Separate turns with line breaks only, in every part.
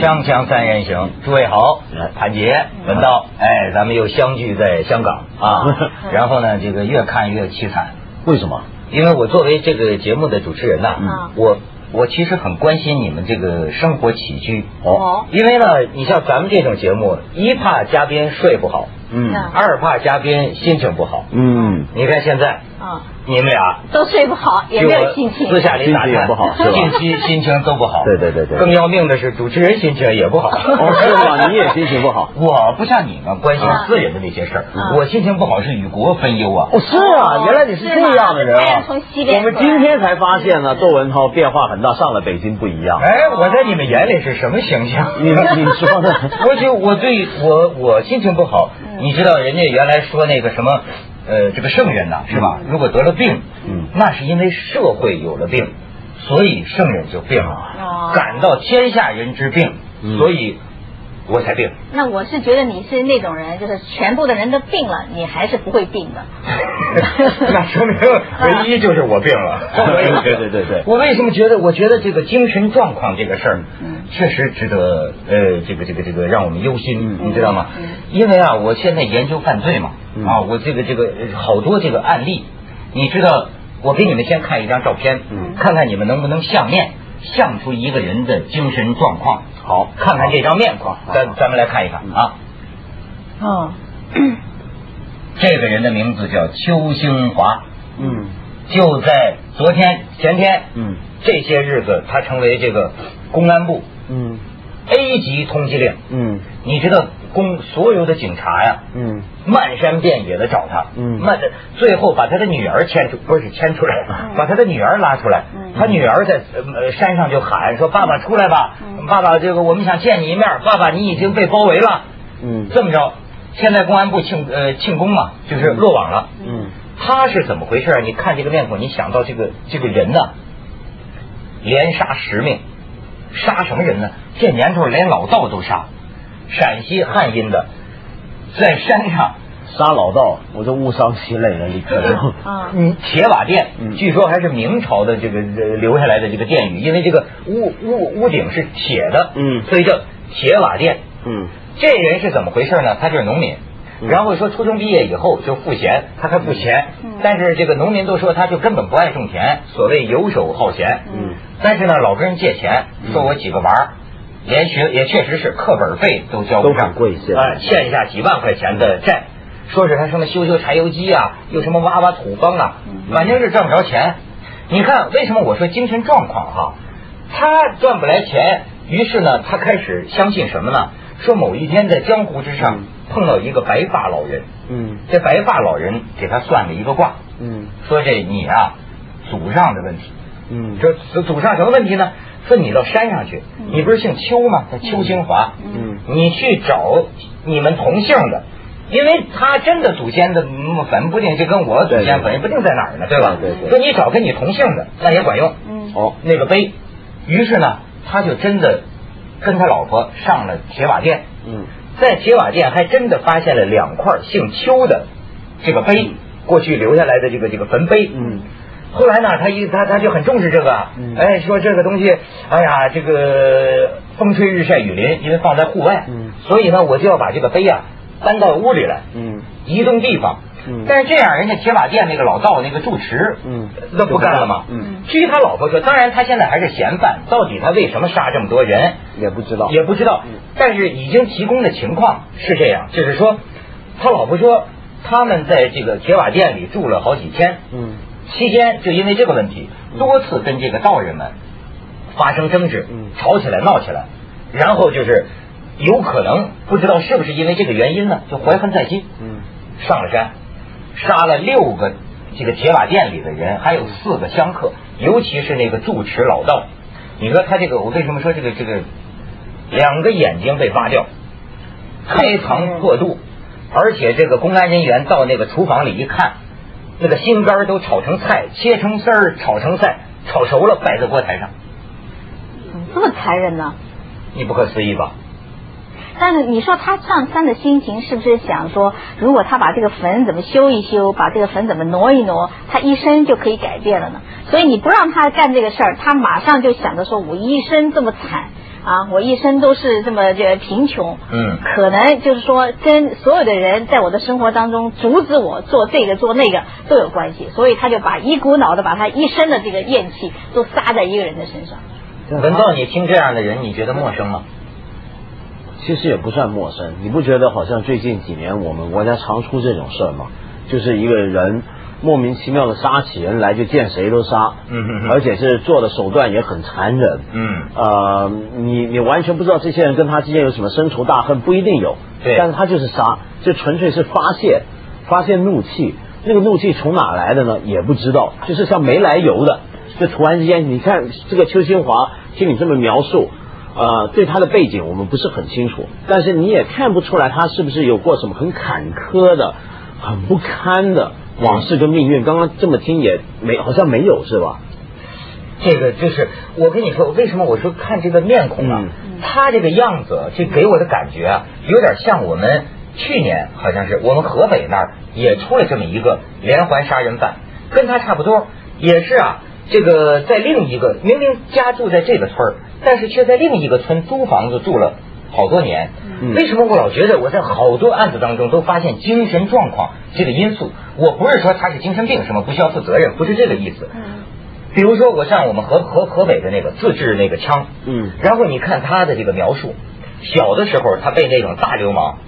锵锵三人行，诸位好，
嗯
谭杰、文道，哎，咱们又相聚在香 港啊。然后呢，这个越看越凄惨，
为什么？
因为我作为这个节目的主持人呐、
嗯
我我其实很关心你们这个生活起居。
哦，
因为呢，你像咱们这种节目，一怕嘉宾睡不好，
嗯
啊
二怕嘉宾心情不好。
嗯，
你看现在
啊，
你们俩
都睡不好，也
就
没有心情。
私下里打
心情也
探
不好是吧
近期心情都不好。
对对对对
更要命的是，主持人心情也不好。
哦，是吗？你也心情不好？
我不像你们关心私人的那些事儿，
啊
我心情不好是与国分忧啊。
哦，是啊，原来你是这样的人
太阳
啊！
从西边
我们今天才发现呢，窦文涛变化很大，上了北京不一样。
哎，我在你们眼里是什么形象？
啊你你 说呢？
我就我对我我心情不好，
嗯
你知道人家原来说那个什么，呃，这个圣人呐、是吧？如果得了病，
嗯
那是因为社会有了病，所以圣人就病了
哦，
感到天下人之病，
嗯
所以我才病。
那我是觉得你是那种人，就是全部的人都病了，你还是不会病的。
那说明唯一就是我病了。
啊对对对对
我为什么觉得？我觉得这个精神状况这个事儿，
嗯
确实值得呃，这个这个这个让我们忧心，
嗯
你知道吗？因为啊，我现在研究犯罪嘛，
嗯
啊，我这个这个呃好多这个案例，你知道，我给你们先看一张照片，
嗯
看看你们能不能相面相出一个人的精神状况。
好
看看这张面孔，啊
好
咱咱们来看一看啊。
嗯，
这个人的名字叫邱兴华。
嗯
就在昨天、前天，
嗯
这些日子，他成为这个公安部
嗯
A 级通缉令。
嗯
你知道，公所有的警察呀，
嗯
漫山遍野的找他，
嗯
漫的最后把他的女儿牵出，不是牵出来，
嗯
把他的女儿拉出来。
嗯
他女儿在呃山上就喊说：“爸爸出来吧，
嗯
爸爸，这个我们想见你一面，爸爸你已经被包围了。”
嗯
这么着，现在公安部庆呃庆功嘛，就是落网了。
嗯
他是怎么回事儿？你看这个面孔，你想到这个这个人呢，连杀十命，杀什么人呢？这年头连老道都杀，陕西汉阴的，在山上
杀老道，我就误伤心累了，你可能。
啊，
嗯，铁瓦店，
嗯
据说还是明朝的这个、呃留下来的这个殿宇，因为这个屋屋屋顶是铁的，
嗯
所以叫铁瓦店。
嗯
这人是怎么回事呢？他就是农民。
嗯
然后说初中毕业以后就赋闲，他还赋闲
嗯，
但是这个农民都说他就根本不爱种田，所谓游手好闲。
嗯
但是呢，老跟人借钱，说我几个娃儿，连学也确实是课本费都交不
都
上，
很贵现在嗯
哎欠下几万块钱的债，说是他什么修修柴油机啊，又什么挖挖土方啊，
嗯
反正是赚不着钱。你看，为什么我说精神状况哈、他赚不来钱，于是呢，他开始相信什么呢？说某一天在江湖之上
嗯
碰到一个白发老人，
嗯
这白发老人给他算了一个卦，
嗯
说这你啊，祖上的问题。
嗯
这祖祖上什么问题呢？说你到山上去，
嗯
你不是姓邱吗？叫邱兴华，
嗯
你去找你们同姓的，因为他真的祖先的嗯坟不定就跟我祖先
对对
坟也不定在哪儿呢，对吧？
对对对
说你找跟你同姓的，那也管用。
嗯，
哦
那个碑，于是呢，他就真的跟他老婆上了铁瓦店，
嗯
在铁瓦店还真的发现了两块姓邱的这个碑，过去留下来的这个这个坟碑。
嗯。
后来呢，他一他他就很重视这个，
嗯
哎，说这个东西，哎呀，这个风吹日晒雨淋，因为放在户外，
嗯
所以呢，我就要把这个碑啊搬到屋里来，
嗯
移动地方。
嗯
但是这样，人家铁瓦店那个老道那个住持，
嗯
那不干了吗？
嗯
至于他老婆说，当然他现在还是嫌犯，到底他为什么杀这么多人？
也不知道
也不知道
嗯。
但是已经提供的情况是这样，就是说，他老婆说他们在这个铁瓦店里住了好几天，
嗯
期间就因为这个问题，多次跟这个道人们发生争执
嗯，
吵起来闹起来，然后就是有可能不知道是不是因为这个原因呢，就怀恨在心，
嗯
上了山，杀了六个这个铁瓦店里的人，还有四个香客，尤其是那个住持老道。你说他这个，我为什么说这个这个两个眼睛被挖掉，开膛破肚，而且这个公安人员到那个厨房里一看，那个心肝儿都炒成菜，切成丝儿，炒成菜，炒熟了摆在锅台上，
嗯这么残忍呢、
你不可思议吧？
但是你说他上山的心情是不是想说，如果他把这个坟怎么修一修，把这个坟怎么挪一挪，他一生就可以改变了呢？所以你不让他干这个事儿，他马上就想着说，我一生这么惨，啊，我一生都是这么这个贫穷，
嗯
可能就是说跟所有的人在我的生活当中阻止我做这个做那个都有关系，所以他就把一股脑的把他一身的这个怨气都撒在一个人的身上。
文道，你听这样的人，你觉得陌生吗？
其实也不算陌生，你不觉得好像最近几年我们国家常出这种事儿吗？就是一个人莫名其妙的杀起人来，就见谁都杀，
嗯哼哼
而且是做的手段也很残忍，
嗯
呃，你你完全不知道这些人跟他之间有什么深仇大恨，不一定有，
对
但是他就是杀，这纯粹是发泄，发泄怒气，那个怒气从哪来的呢？也不知道，就是像没来由的，就突然之间，你看这个邱清华，听你这么描述。呃，对他的背景我们不是很清楚，但是你也看不出来他是不是有过什么很坎坷的、很不堪的往事跟命运。刚刚这么听也没，好像没有是吧？
这个就是我跟你说，为什么我说看这个面孔啊，
嗯
他这个样子，这给我的感觉啊，有点像我们去年好像是我们河北那儿也出了这么一个连环杀人犯，跟他差不多，也是啊，这个在另一个明明家住在这个村儿，但是却在另一个村租房子住了好多年。
嗯
为什么我老觉得我在好多案子当中都发现精神状况这个因素？我不是说他是精神病什么不需要负责任，不是这个意思。
嗯
比如说，我上我们河河河北的那个自制那个枪，
嗯
然后你看他的这个描述，小的时候他被那种大流氓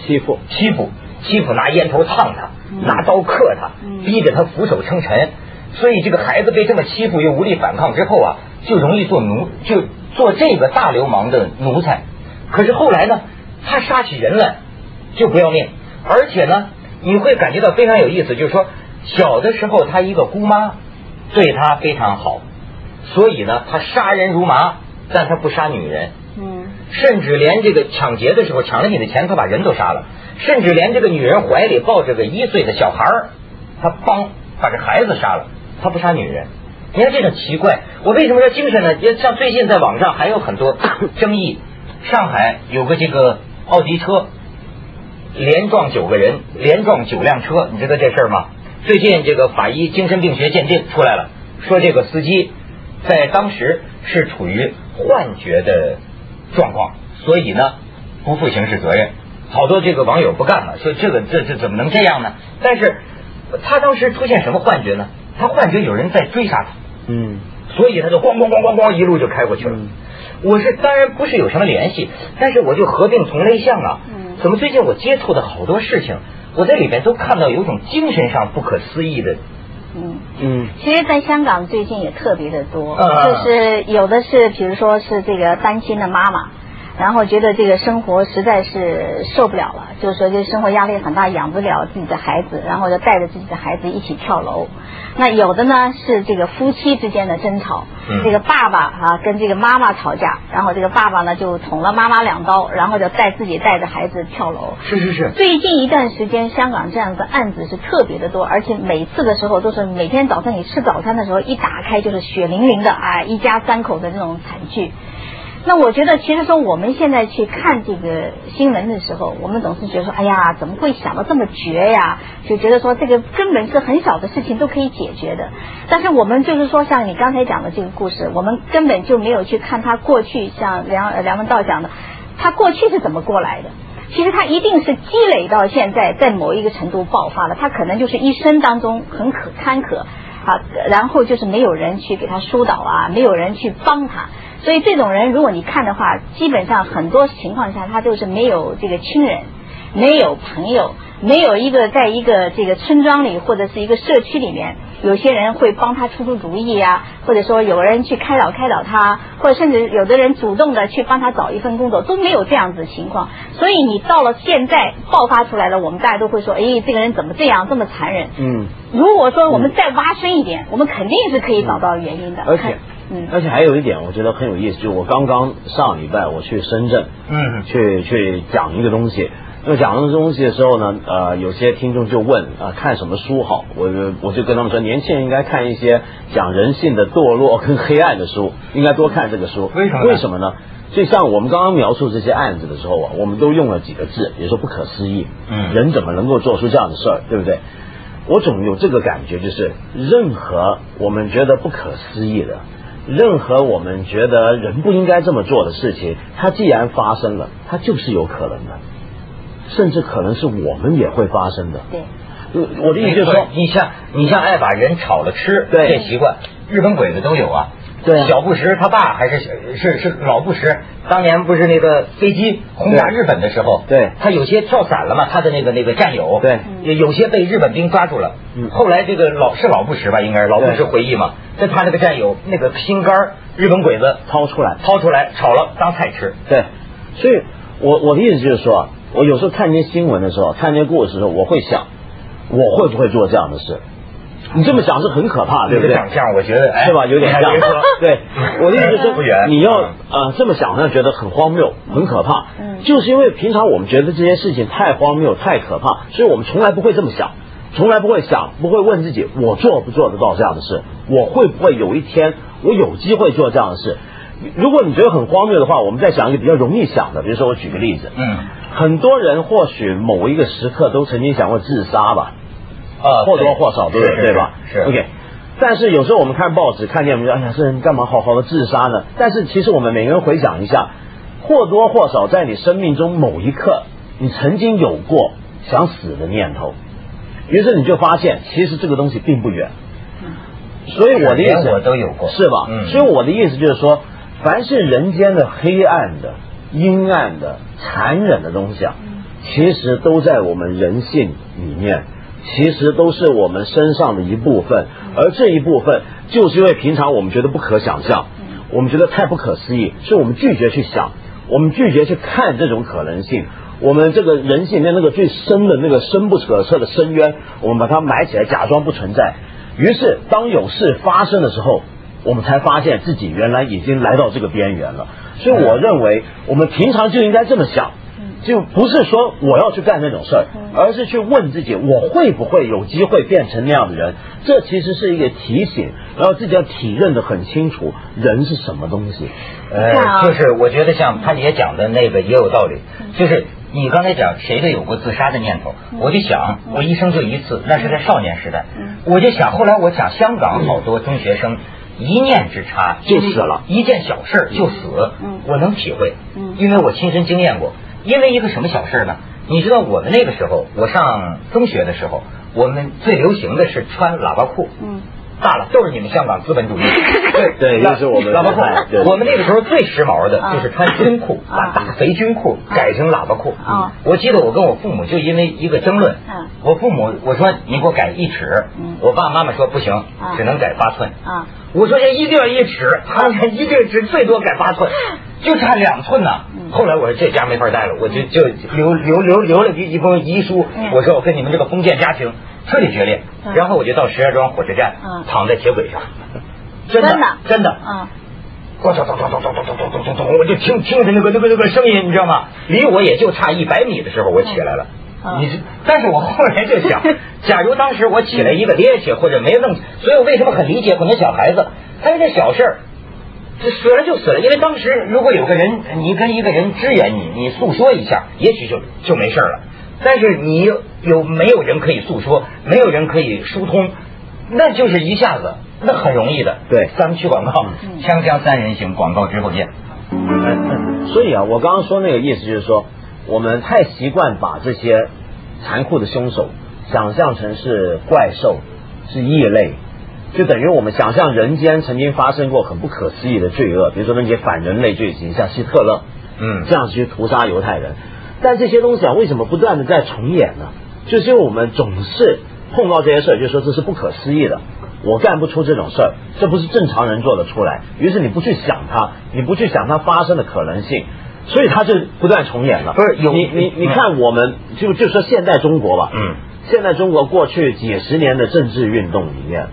欺负。
欺负，欺负拿烟头烫他，
嗯
拿刀刻他
嗯，
逼着他俯首称臣，所以这个孩子被这么欺负又无力反抗之后啊，就容易做奴，就做这个大流氓的奴才。可是后来呢，他杀起人来就不要命，而且呢，你会感觉到非常有意思，就是说小的时候他一个姑妈对他非常好，所以呢，他杀人如麻，但他不杀女人。
嗯
甚至连这个抢劫的时候抢了你的钱，他把人都杀了；甚至连这个女人怀里抱着个一岁的小孩儿，他帮把这孩子杀了，他不杀女人。你看这种奇怪，我为什么说精神呢？也像最近在网上还有很多 争议，上海有个这个奥迪车连撞九个人，连撞九辆车，你知道这事儿吗？最近这个法医精神病学鉴定出来了，说这个司机在当时是处于幻觉的状况，所以呢不负刑事责任。好多这个网友不干了，说这个这这怎么能这样呢？但是他当时出现什么幻觉呢？他幻觉有人在追杀他。
嗯
所以他就咣咣咣咣咣一路就开过去了
嗯。
我是当然不是有什么联系，但是我就合并同类项啊
嗯。
怎么最近我接触的好多事情，我在里边都看到有种精神上不可思议的，
嗯。
嗯
其实，在香港最近也特别的多，
啊
就是有的是，比如说是这个单亲的妈妈，然后觉得这个生活实在是受不了了，就是说这生活压力很大，养不了自己的孩子，然后就带着自己的孩子一起跳楼。那有的呢是这个夫妻之间的争吵，
嗯
这个爸爸啊跟这个妈妈吵架，然后这个爸爸呢就捅了妈妈两刀，然后就带自己带着孩子跳楼。
是是是，
最近一段时间，香港这样的案子是特别的多，而且每次的时候都是每天早上你吃早餐的时候，一打开就是血淋淋的啊，一家三口的这种惨剧。那我觉得，其实说我们现在去看这个新闻的时候，我们总是觉得说，哎呀，怎么会想到这么绝呀？就觉得说这个根本是很小的事情都可以解决的。但是我们就是说，像你刚才讲的这个故事，我们根本就没有去看他过去，像梁呃梁文道讲的，他过去是怎么过来的。其实他一定是积累到现在，在某一个程度爆发了，他可能就是一生当中很可坎坷啊，然后就是没有人去给他疏导啊，没有人去帮他，所以这种人如果你看的话，基本上很多情况下他就是没有这个亲人，没有朋友，没有一个在一个这个村庄里或者是一个社区里面，有些人会帮他出出主意啊，或者说有人去开导开导他，或者甚至有的人主动的去帮他找一份工作，都没有这样子的情况。所以你到了现在爆发出来了，我们大家都会说，哎，这个人怎么这样这么残忍？
嗯，
如果说我们再挖深一点，我们肯定是可以找到原因的。
而
看
且
嗯
而且还有一点，我觉得很有意思，就我刚刚上礼拜我去深圳，
嗯
去去讲一个东西。那讲这个东西的时候呢，呃，有些听众就问啊、呃看什么书好？我就我就跟他们说，年轻人应该看一些讲人性的堕落跟黑暗的书，应该多看这个书。
为什么呢
为什么呢？就像我们刚刚描述这些案子的时候啊，我们都用了几个字，比如说不可思议，
嗯
人怎么能够做出这样的事儿，对不对？我总有这个感觉，就是任何我们觉得不可思议的，任何我们觉得人不应该这么做的事情，它既然发生了，它就是有可能的，甚至可能是我们也会发生的。
对，
呃我的意思就是说，
你像你像爱把人炒了吃，
对
这习惯，日本鬼子都有啊。
对啊
小布什他爸还是是是老布什，当年不是那个飞机轰炸
对
日本的时候，
对
他有些跳伞了嘛，他的那个那个战友，
对
有有些被日本兵抓住了。
嗯
后来这个老是老布什吧，应该是老布
对
什回忆嘛，这他那个战友那个心肝儿日本鬼子
掏出来，
掏出来炒了当菜吃，
对，所以我我的意思就是说啊，我有时候看这些新闻的时候，看这些故事的时候，我会想，我会不会做这样的事？你这么想是很可怕，对不
这
对？
个长相我觉得哎
是吧？有点像
别说。
对， 我的意思是，
不远
你要呃这么想，好像觉得很荒谬、很可怕。
嗯
就是因为平常我们觉得这些事情太荒谬、太可怕，所以我们从来不会这么想，从来不会想，不会问自己我做不做得到这样的事，我会不会有一天我有机会做这样的事。如果你觉得很荒谬的话，我们再想一个比较容易想的，比如说我举个例子，
嗯
很多人或许某一个时刻都曾经想过自杀吧，
啊
或多或少都有，对吧？
是
OK。但是有时候我们看报纸、看电影，我们说哎呀，这人干嘛好好的自杀呢？但是其实我们每个人回想一下，或多或少在你生命中某一刻，你曾经有过想死的念头，于是你就发现，其实这个东西并不远。所以我的意
连
思，
我都有过
是吧？
嗯
所以我的意思就是说，凡是人间的黑暗的、阴暗的、残忍的东西啊，其实都在我们人性里面，其实都是我们身上的一部分，而这一部分就是因为平常我们觉得不可想象，我们觉得太不可思议，所以我们拒绝去想，我们拒绝去看这种可能性。我们这个人性里面那个最深的那个深不可测的深渊，我们把它埋起来，假装不存在。于是，当有事发生的时候，我们才发现自己原来已经来到这个边缘了。所以，我认为我们平常就应该这么想，就不是说我要去干那种事儿，而是去问自己，我会不会有机会变成那样的人？这其实是一个提醒，然后自己要体认的很清楚，人是什么东西。
你看啊
呃，就是我觉得像潘姐讲的那个也有道理，
嗯
就是你刚才讲谁都有过自杀的念头，我就想
嗯
我一生就一次，那是在少年时代，我就想后来我想香港好多中学生一念之差
就死了，
一件小事儿就死
嗯，
我能体会
嗯，
因为我亲身经验过。因为一个什么小事儿呢？你知道我们那个时候，我上中学的时候，我们最流行的是穿喇叭裤，
嗯，
大了都是你们香港资本主义，对
对又是我们
喇叭
对对
裤。我们那个时候最时髦的就是穿军裤，
啊
把大肥军裤改成喇叭裤。嗯
啊
我记得我跟我父母就因为一个争论
嗯，
我父母我说你给我改一尺
嗯，
我爸爸妈妈说不行
啊，
只能改八寸。
啊，
我说哎这一定要一尺，他
哦
们一定只最多改八寸，就差两寸呐、
嗯
后来我说这家没法带了，我就就留留留留了一一封遗书
嗯，
我说我跟你们这个封建家庭彻底决裂。
嗯
然后我就到石家庄火车站
嗯，
躺在铁轨上，真的
真的
真的，
啊，
咚咚咚咚咚咚咚咚咚咚咚，我就听听着那个那个那个声音，你知道吗？离我也就差一百米的时候，我起来了。
嗯
你是，但是我后来就想，假如当时我起来一个趔趄或者没弄，所以我为什么很理解很多小孩子，他说这小事儿，这死了就死了，因为当时如果有个人，你跟一个人支援你，你诉说一下，也许就就没事儿了。但是你有没有人可以诉说，没有人可以疏通，那就是一下子，那很容易的。
对
咱们去广告，
嗯
锵锵三人行，广告之后见。嗯
所以啊，我刚刚说那个意思就是说，我们太习惯把这些残酷的凶手想象成是怪兽、是异类，就等于我们想象人间曾经发生过很不可思议的罪恶，比如说那些反人类罪行，像希特勒，
嗯
这样去屠杀犹太人。但这些东西啊，为什么不断的在重演呢？就是因为我们总是碰到这些事儿，就说这是不可思议的，我干不出这种事儿，这不是正常人做得出来。于是你不去想它，你不去想它发生的可能性，所以它就不断重演了。
不是有
你你你看，我们就就说现代中国吧，
嗯，
现在中国过去几十年的政治运动里面，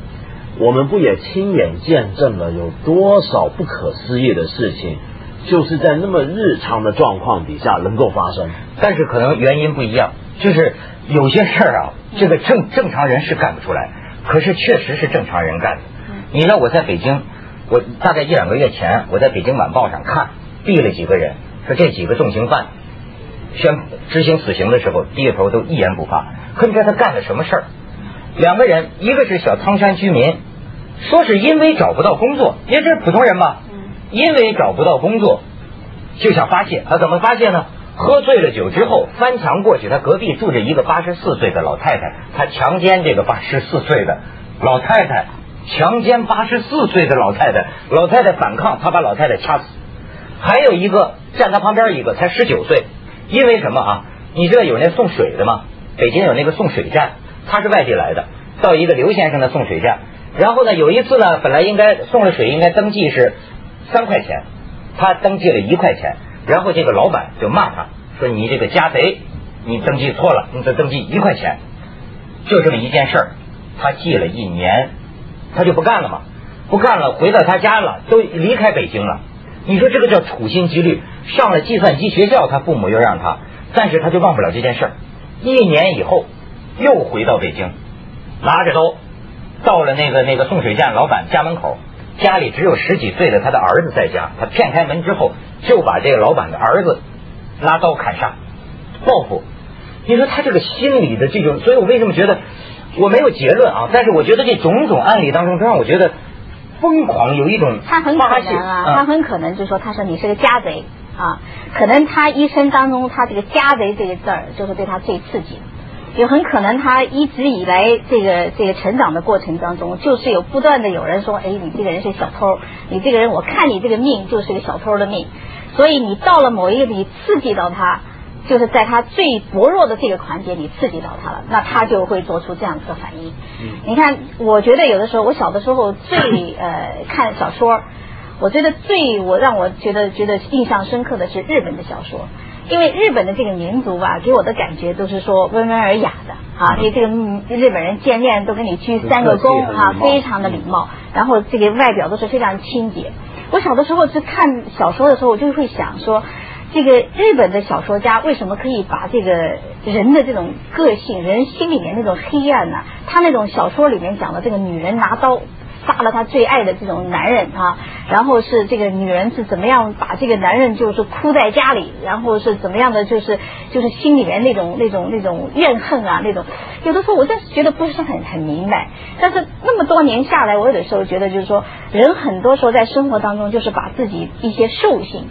我们不也亲眼见证了有多少不可思议的事情，就是在那么日常的状况底下能够发生。
但是可能原因不一样，就是有些事儿啊，这个正正常人是干不出来，可是确实是正常人干的。你知道我在北京，我大概一两个月前，我在北京晚报上看毙了几个人，说这几个重刑犯宣执行死刑的时候，低着头都一言不发。可你知道他干了什么事儿？两个人，一个是小汤山居民，说是因为找不到工作，因为这是普通人嘛，因为找不到工作就想发泄，他怎么发泄呢？喝醉了酒之后，翻墙过去，他隔壁住着一个八十四岁的老太太，他强奸这个八十四岁的老太太，强奸八十四岁的老太太，老太太反抗，他把老太太掐死。还有一个站他旁边一个才十九岁，因为什么啊？你知道有那送水的吗？北京有那个送水站，他是外地来的，到一个刘先生的送水站。然后呢，有一次呢，本来应该送了水，应该登记是三块钱，他登记了一块钱，然后这个老板就骂他说：“你这个家贼，你登记错了，你得登记一块钱。”就这么一件事儿，他记了一年，他就不干了嘛，不干了，回到他家了，都离开北京了。你说这个叫处心积虑。上了计算机学校，他父母又让他，但是他就忘不了这件事儿。一年以后，又回到北京，拿着刀到了那个那个送水站老板家门口，家里只有十几岁的他的儿子在家，他骗开门之后就把这个老板的儿子拿刀砍杀，报复。你说他这个心理的这种，所以我为什么觉得我没有结论啊？但是我觉得这种种案例当中，都让我觉得疯狂有一种
他很可
发泄
能啊，
嗯
他很可能就说，他说你是个家贼啊，可能他一生当中他这个家贼这个字儿就是对他最刺激的。也很可能他一直以来这个这个成长的过程当中，就是有不断的有人说，哎，你这个人是小偷，你这个人我看你这个命就是个小偷的命，所以你到了某一个你刺激到他，就是在他最薄弱的这个环节你刺激到他了，那他就会做出这样子的反应。你看，我觉得有的时候，我小的时候最呃看小说，我觉得最我让我觉得觉得印象深刻的是日本的小说，因为日本的这个民族吧，给我的感觉都是说温文尔雅的啊，因为这个嗯日本人见面都跟你鞠三个躬
很客气很礼，貌
啊非常的礼貌，然后这个外表都是非常清洁。我小的时候就看小说的时候，我就会想说。这个日本的小说家为什么可以把这个人的这种个性、人心里面那种黑暗呢、他那种小说里面讲的这个女人拿刀杀了她最爱的这种男人啊，然后是这个女人是怎么样把这个男人就是哭在家里，然后是怎么样的就是就是心里面那种那种那种怨恨啊那种，有的时候我真是觉得不是很很明白，但是那么多年下来，我有的时候觉得就是说，人很多时候在生活当中就是把自己一些兽性。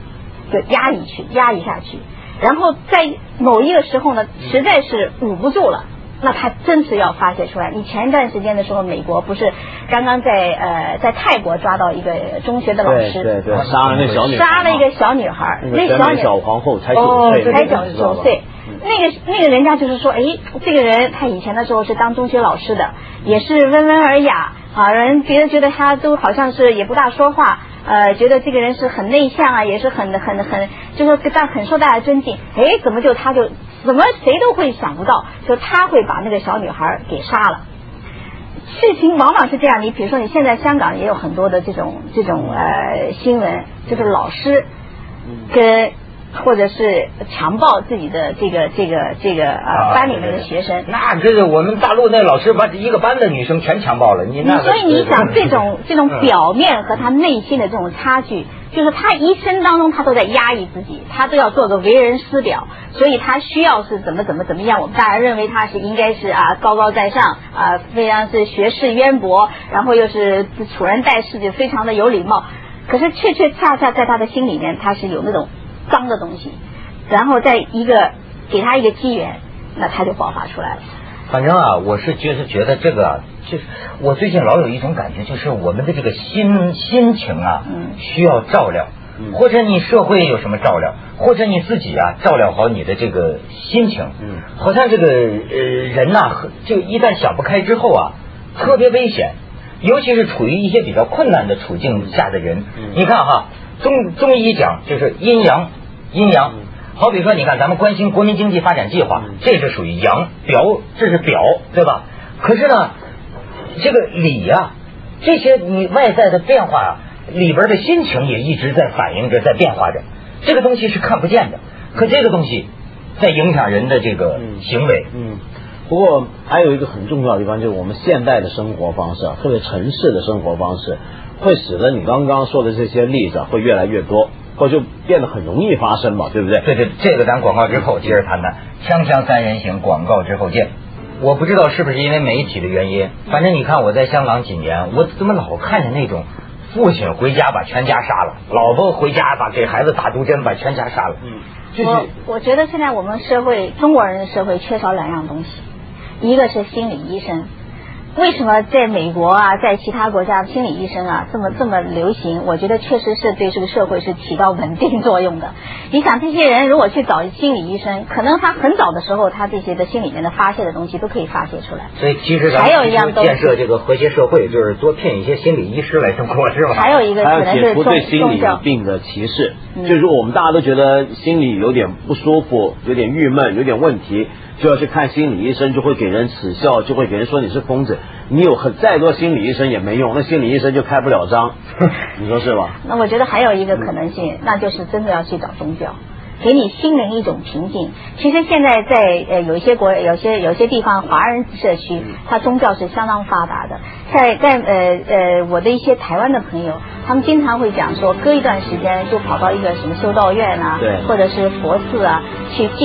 就压抑去，压抑下去。然后在某一个时候呢，
嗯
实在是捂不住了，那他真是要发泄出来。你前一段时间的时候，美国不是刚刚在呃在泰国抓到一个中学的老
对
师，
对对，杀了那小女孩嘛，
杀了一个小女孩，
那个
小
小
女
小皇后才九
哦
岁，
才
你知道
九九岁
吧。嗯
那个那个人家就是说，哎，这个人他以前的时候是当中学老师的，也是温文尔雅啊，让人别人觉得他都好像是也不大说话，呃，觉得这个人是很内向啊，也是很很很，就是但很受大家尊敬。哎，怎么就他就怎么谁都会想不到，就他会把那个小女孩给杀了。事情往往是这样，你比如说，你现在香港也有很多的这种这种呃新闻，就是老师跟或者是强暴自己的这个这个这个
啊
呃班里面的学生。
那这个我们大陆那老师把一个班的女生全强暴了，你
你
那个
所以你想这种这种
嗯
表面和他内心的这种差距，就是他一生当中他都在压抑自己，他都要做个为人师表，所以他需要是怎么怎么怎么样。我们大家认为他是应该是啊高高在上啊，非常是学识渊博，然后又是处人待事就非常的有礼貌。可是确确恰恰在他的心里面，他是有那种脏的东西，然后在一个给他一个机缘，那他就爆发出来了。
反正啊，我是觉得觉得这个啊，就是我最近老有一种感觉，就是我们的这个心心情啊
嗯，
需要照料，
嗯
或者你社会有什么照料，或者你自己啊照料好你的这个心情。
嗯
好像这个呃人呐、很就一旦想不开之后啊，
嗯
特别危险，尤其是处于一些比较困难的处境下的人。
嗯
你看哈，中中医讲就是阴阳，阴阳
嗯。
好比说，你看咱们关心国民经济发展计划
嗯，
这是属于阳表，这是表，对吧？可是呢，这个理呀、这些你外在的变化啊，里边的心情也一直在反映着，在变化着。这个东西是看不见的，可这个东西在影响人的这个
嗯
行为。
嗯，不过还有一个很重要的地方，就是我们现代的生活方式啊，特别城市的生活方式，会使得你刚刚说的这些例子啊会越来越多，或者就变得很容易发生嘛，对不对？
对对，这个咱广告之后接着谈谈。锵锵三人行，广告之后见。我不知道是不是因为媒体的原因，反正你看我在香港几年，我怎么老看见那种父亲回家把全家杀了，老婆回家把给孩子打毒针把全家杀了，
嗯，
就是
我我觉得现在我们社会中国人的社会缺少两样东西，一个是心理医生。为什么在美国啊，在其他国家心理医生啊这么这么流行？我觉得确实是对这个社会是起到稳定作用的。 你想，这些人如果去找心理医生，可能他很早的时候，他这些的心里面的发泄的东西都可以发泄出来。
所以其实咱
还有一样
们
东西
建设这个和谐社会，就是多聘一些心理医师来中国，是吧？
还有一个
还
可
有
能
解
是
除
宗
对心
宗
理
教，
病的歧视。
嗯
就是我们大家都觉得心里有点不舒服，有点郁闷，有点问题，就要去看心理医生，就会给人耻笑，就会给人说你是疯子。你有很再多心理医生也没用，那心理医生就开不了 张，你说是吧？
那我觉得还有一个可能性，那就是真的要去找宗教，给你心灵一种平静。其实现在在呃有一些国、有些有些地方华人社区，它宗教是相当发达的。在在呃呃，我的一些台湾的朋友，他们经常会讲说，隔一段时间就跑到一个什么修道院啊，
对
或者是佛寺啊，去静